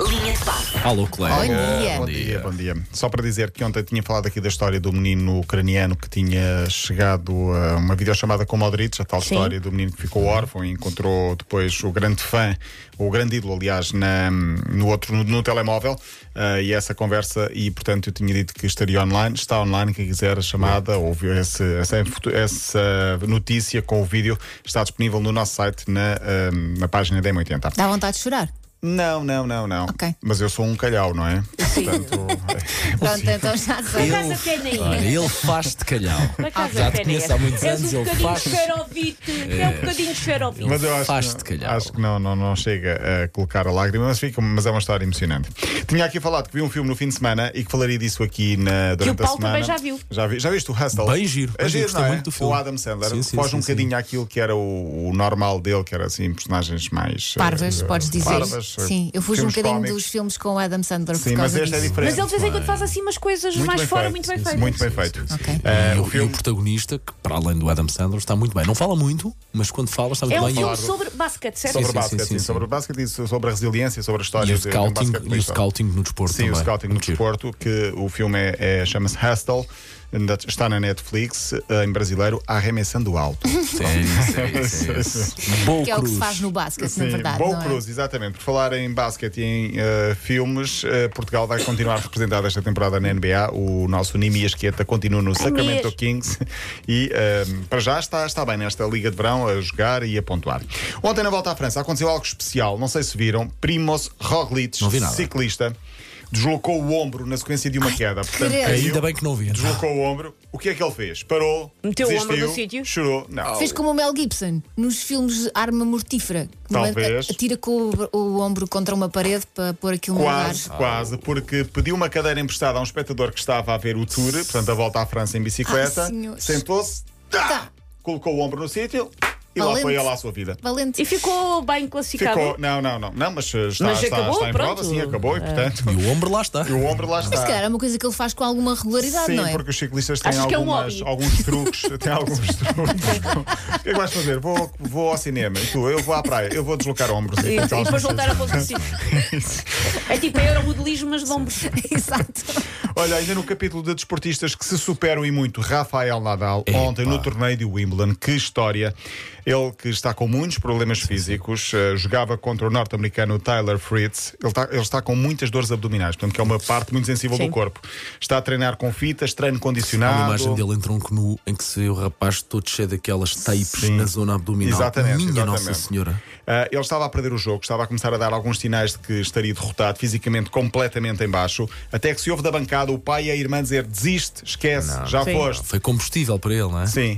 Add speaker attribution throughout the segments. Speaker 1: Linha de passe.
Speaker 2: Alô, colega.
Speaker 3: Bom dia.
Speaker 2: Bom
Speaker 3: Bom
Speaker 2: dia.
Speaker 4: Bom dia. Só para dizer que ontem tinha falado aqui da história do menino ucraniano que tinha chegado a uma videochamada com o Modric, a tal
Speaker 3: Sim.
Speaker 4: história do menino que ficou órfão e encontrou depois o grande fã, o grande ídolo, aliás, na- no outro, no, no telemóvel, ah, e essa conversa, e portanto eu tinha dito que estaria online, está online, quem quiser a chamada, ou viu esse- essa, foto- essa notícia com o vídeo, está disponível no nosso site, na, ah, na página da M80.
Speaker 3: Dá vontade de chorar.
Speaker 4: Não, não, não, não.
Speaker 3: Ok.
Speaker 4: Mas eu sou um calhau, não é? Portanto,
Speaker 3: Pronto, então já sei.
Speaker 1: Por acaso até nem
Speaker 2: Olha,
Speaker 1: é.
Speaker 2: ele faz de calhau. Ah,
Speaker 1: Por acaso
Speaker 2: Já
Speaker 1: até
Speaker 2: te
Speaker 1: nem
Speaker 2: conheço há muitos anos,
Speaker 1: És um
Speaker 2: ele
Speaker 1: bocadinho
Speaker 2: faz.
Speaker 1: xarovite. É um bocadinho xarovite.
Speaker 4: mas eu acho,
Speaker 2: Faz-te
Speaker 4: que-
Speaker 2: calhau.
Speaker 4: acho que não, não, não chega a colocar a lágrima, mas, fica, mas é uma história emocionante. Tinha aqui falado que vi um filme no fim de semana e que falaria disso aqui na, durante
Speaker 1: Paulo
Speaker 4: a semana.
Speaker 1: também já viu.
Speaker 4: Já, vi, já viste o Hustle?
Speaker 2: Bem giro,
Speaker 4: É
Speaker 2: bem giro, gostei
Speaker 4: não é?
Speaker 2: muito do filme.
Speaker 4: O Adam Sandler
Speaker 2: Sim, sim,
Speaker 4: foge
Speaker 2: sim,
Speaker 4: um
Speaker 2: sim.
Speaker 4: bocadinho àquilo que era o, o normal dele, que era assim, personagens mais. eh,
Speaker 3: Parvas,
Speaker 4: eh,
Speaker 3: podes dizer.
Speaker 4: parvas, eh,
Speaker 3: Sim, eu fujo um
Speaker 4: filmes
Speaker 3: bocadinho
Speaker 4: cómicos.
Speaker 3: dos filmes com o Adam Sandler
Speaker 4: Sim,
Speaker 3: por
Speaker 4: mas
Speaker 3: causa
Speaker 4: este é
Speaker 3: disso.
Speaker 4: diferente.
Speaker 1: Mas ele de vez em quando faz assim umas coisas mais fora, muito bem feitas.
Speaker 4: Muito bem feito.
Speaker 3: Ok.
Speaker 4: Eh,
Speaker 2: E
Speaker 4: o
Speaker 2: o, e o
Speaker 4: filme
Speaker 2: protagonista, que para além do Adam Sandler, está muito bem. Não fala muito, mas quando fala, está muito
Speaker 1: É um
Speaker 2: bem. E
Speaker 1: filme
Speaker 2: o-
Speaker 1: sobre basquete, certo?
Speaker 4: sobre
Speaker 2: sim,
Speaker 4: basquete,
Speaker 2: sim,
Speaker 4: sim,
Speaker 2: sim.
Speaker 4: sobre o basquete e so- sobre a resiliência, sobre a história
Speaker 2: e o
Speaker 4: de- de um
Speaker 2: scouting,
Speaker 4: basquetebolista.
Speaker 2: e o scouting no desporto
Speaker 4: Sim,
Speaker 2: também.
Speaker 4: o Scouting no
Speaker 2: Muito giro.
Speaker 4: Desporto, que o filme é, é- chama-se Hustle, ainda está na Netflix, eh, em brasileiro, Arremessando Alto.
Speaker 2: Sim, sim, sim. Bom
Speaker 3: Que é o que se
Speaker 2: Cruz.
Speaker 3: faz no basquete, na verdade.
Speaker 4: Bom
Speaker 3: não é?
Speaker 4: Cruz, exatamente. Por falar em basquete e em eh, filmes, eh, Portugal vai continuar representado esta temporada na NBA. O nosso Nimi Esqueta continua no Sacramento Kings e eh, para já está, está bem nesta Liga de Verão a jogar e a pontuar. Ontem na volta à França aconteceu algo especial, não sei se viram. Primoz Roglic,
Speaker 2: Não vi nada.
Speaker 4: ciclista, deslocou o ombro na sequência de uma queda. Portanto,
Speaker 3: credo.
Speaker 4: caiu,
Speaker 2: Ainda bem que não vi.
Speaker 4: Deslocou o ombro. O que é que ele fez? Parou,
Speaker 1: Meteu o ombro no
Speaker 4: desistiu,
Speaker 1: sítio?
Speaker 4: chorou. Não.
Speaker 3: Fez como o Mel Gibson nos filmes de Arma Mortífera. que
Speaker 4: Talvez.
Speaker 3: manda- Atira com o, o ombro contra uma parede para pôr um aquilo no lugar.
Speaker 4: Quase, quase, porque pediu uma cadeira emprestada a um espectador que estava a ver o tour, portanto a volta à França em
Speaker 3: Ai,
Speaker 4: bicicleta,
Speaker 3: senhores.
Speaker 4: sentou-se, tá,
Speaker 3: Tá.
Speaker 4: colocou o ombro no sítio e
Speaker 3: Valente.
Speaker 4: lá foi ela à sua vida.
Speaker 3: Valente.
Speaker 1: E ficou bem classificado.
Speaker 4: Ficou, não, não, não, não, mas eh, está,
Speaker 1: Mas
Speaker 4: está,
Speaker 1: acabou,
Speaker 4: está em prova,
Speaker 1: pronto. É.
Speaker 4: sim, acabou e portanto
Speaker 2: E o ombro lá está.
Speaker 4: o ombro lá
Speaker 3: Se calhar
Speaker 4: está.
Speaker 3: é uma coisa que ele faz com alguma regularidade,
Speaker 4: Ah. Sim,
Speaker 3: não é?
Speaker 4: porque os ciclistas têm
Speaker 1: Achas que é um
Speaker 4: algumas-
Speaker 1: hobby?
Speaker 4: alguns truques. têm alguns truques. o que é que vais fazer? Vou, vou ao cinema. E tu, eu vou à praia, eu vou deslocar ombros.
Speaker 1: E, e depois voltar a pôr no sítio. É tipo a euromodelismo, mas de ombros.
Speaker 3: Exato.
Speaker 4: Olha, ainda no capítulo de desportistas que se superam e muito, Rafael Nadal,
Speaker 2: Epa.
Speaker 4: ontem no torneio de Wimbledon, que história. Ele que está com muitos problemas físicos, eh, jogava contra o norte-americano Tyler Fritz. Ele está, ele está com muitas dores abdominais, portanto, que é uma parte muito sensível
Speaker 1: Sim.
Speaker 4: do corpo. Está a treinar com fitas, treino
Speaker 2: Há
Speaker 4: condicionado.
Speaker 2: uma imagem dele em tronco nu em que se vê o rapaz todo cheio daquelas tapes
Speaker 4: Sim.
Speaker 2: na zona abdominal.
Speaker 4: Exatamente,
Speaker 2: Minha
Speaker 4: exatamente.
Speaker 2: Nossa Senhora.
Speaker 4: Ah, ele estava a perder o jogo, estava a começar a dar alguns sinais de que estaria derrotado, fisicamente completamente em baixo, até que se ouve da bancada o pai e a irmã dizer: desiste, esquece, já
Speaker 1: Sim.
Speaker 4: foste.
Speaker 2: Foi combustível para ele, não é?
Speaker 4: Sim.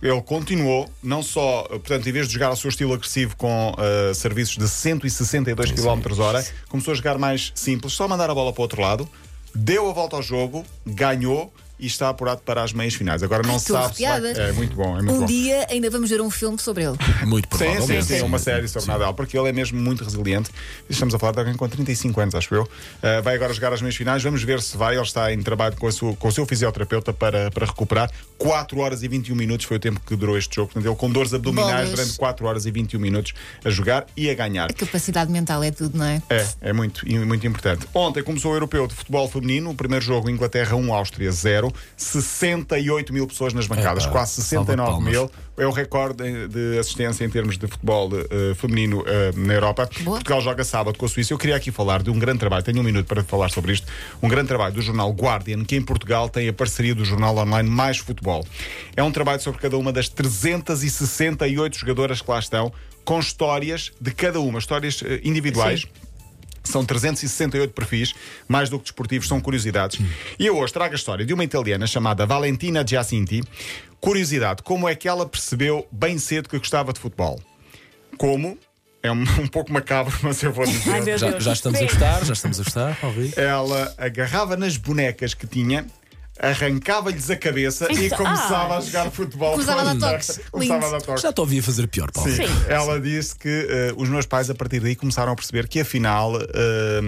Speaker 4: Ele continuou, não só, portanto, em vez de jogar ao seu estilo agressivo com ah, serviços de 162 km hora, começou a jogar mais simples, só mandar a bola para o outro lado, deu a volta ao jogo, ganhou e está apurado para as meias finais. Agora não se
Speaker 3: estou
Speaker 4: sabe se vai-
Speaker 3: arrepiada.
Speaker 4: É muito bom, é muito
Speaker 3: Um
Speaker 4: bom.
Speaker 3: dia ainda vamos ver um filme sobre ele.
Speaker 2: Muito
Speaker 4: Sim,
Speaker 2: provavelmente.
Speaker 4: sim, sim, é uma
Speaker 2: Sim.
Speaker 4: série sobre Nadal, porque ele é mesmo muito resiliente. Estamos a falar de alguém com 35 anos, acho eu. Ah, vai agora jogar as meias finais, vamos ver se vai. Ele está em trabalho com, a sua- com o seu fisioterapeuta para, para recuperar. 4 horas e 21 minutos foi o tempo que durou este jogo. Portanto, ele com dores abdominais
Speaker 3: Bolas.
Speaker 4: durante 4 horas e 21 minutos a jogar e a ganhar.
Speaker 3: A capacidade mental é tudo, não é?
Speaker 4: É, é muito, e muito importante. Ontem começou o Europeu de Futebol Feminino, o primeiro jogo Inglaterra 1, Áustria 0, 68 mil pessoas nas bancadas,
Speaker 2: Epá,
Speaker 4: quase 69
Speaker 2: salva de
Speaker 4: mil. É o recorde em- de assistência em termos de futebol eh, feminino eh, na Europa.
Speaker 3: Boa.
Speaker 4: Portugal joga sábado com a Suíça. Eu queria aqui falar de um grande trabalho, tenho um minuto para falar sobre isto, um grande trabalho do jornal Guardian, que em Portugal tem a parceria do jornal online Mais Futebol. É um trabalho sobre cada uma das 368 jogadoras que lá estão, com histórias de cada uma, histórias eh, individuais. São 368 perfis, mais do que desportivos, são curiosidades. E eu hoje trago a história de uma italiana chamada Valentina Giacinti. Curiosidade, como é que ela percebeu bem cedo que gostava de futebol? Como? É um, um pouco macabro, mas eu vou
Speaker 1: Ai,
Speaker 4: dizer.
Speaker 1: meu
Speaker 2: Já,
Speaker 1: Deus.
Speaker 2: já estamos a gostar, já estamos a gostar, talvez.
Speaker 4: É Ela agarrava nas bonecas que tinha, arrancava-lhes a cabeça e
Speaker 1: Isso-
Speaker 4: começava
Speaker 1: Ah.
Speaker 4: a jogar futebol.
Speaker 3: Começava a dar
Speaker 4: com as bonecas.
Speaker 3: toques.
Speaker 4: Começava a
Speaker 3: Lindo.
Speaker 4: dar toques.
Speaker 2: Já te ouvi a fazer pior, Paulo.
Speaker 4: Ela disse que eh, os meus pais, a partir daí, começaram a perceber que afinal eh,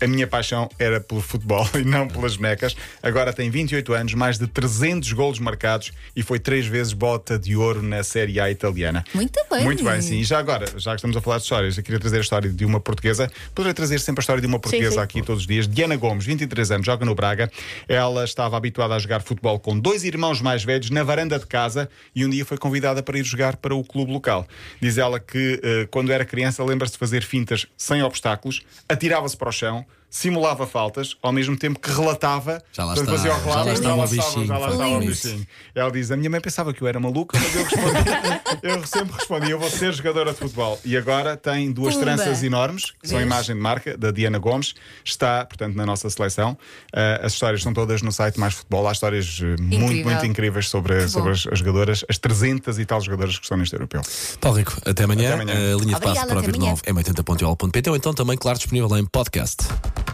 Speaker 4: a minha paixão era pelo futebol e não pelas mecas. Agora tem 28 anos, mais de 300 golos marcados e foi três vezes bota de ouro na Série A italiana.
Speaker 3: Muito bem.
Speaker 4: Muito bem, sim. E já agora, já que estamos a falar de histórias, eu queria trazer a história de uma portuguesa. Poderia trazer sempre a história de uma portuguesa
Speaker 1: sim.
Speaker 4: aqui todos os dias. Diana Gomes, 23 anos, joga no Braga. Ela estava habituada a jogar futebol com dois irmãos mais velhos na varanda de casa e um dia foi convidada para ir jogar para o clube local. Diz ela que eh, quando era criança lembra-se de fazer fintas sem obstáculos, atirava-se para o chão. Simulava faltas, ao mesmo tempo que relatava
Speaker 2: Já lá
Speaker 4: Portanto,
Speaker 2: está,
Speaker 4: fazia o
Speaker 2: já
Speaker 4: relato,
Speaker 2: lá está
Speaker 4: já lá
Speaker 2: um
Speaker 4: estava, já lá
Speaker 2: bichinho,
Speaker 4: estava um
Speaker 3: lindo.
Speaker 4: bichinho. Ela diz: A minha mãe pensava que eu era maluca, mas eu respondi. eu sempre respondi: Eu vou ser jogadora de futebol. E agora tem duas
Speaker 3: Pumba.
Speaker 4: tranças enormes, que são a
Speaker 3: Vês?
Speaker 4: imagem de marca da Diana Gomes. Está, portanto, na nossa seleção. Ah, as histórias estão todas no site Mais Futebol. Há histórias eh, muito, muito incríveis sobre, sobre as, as jogadoras, as 300 e tal jogadoras que estão neste europeu.
Speaker 2: Paulo Rico, até amanhã.
Speaker 4: Até amanhã.
Speaker 2: A linha de
Speaker 3: Obrigada,
Speaker 2: passo para
Speaker 3: até
Speaker 2: ouvir de
Speaker 3: amanhã.
Speaker 2: novo é 80.ol.pt ou então também, claro, disponível em podcast.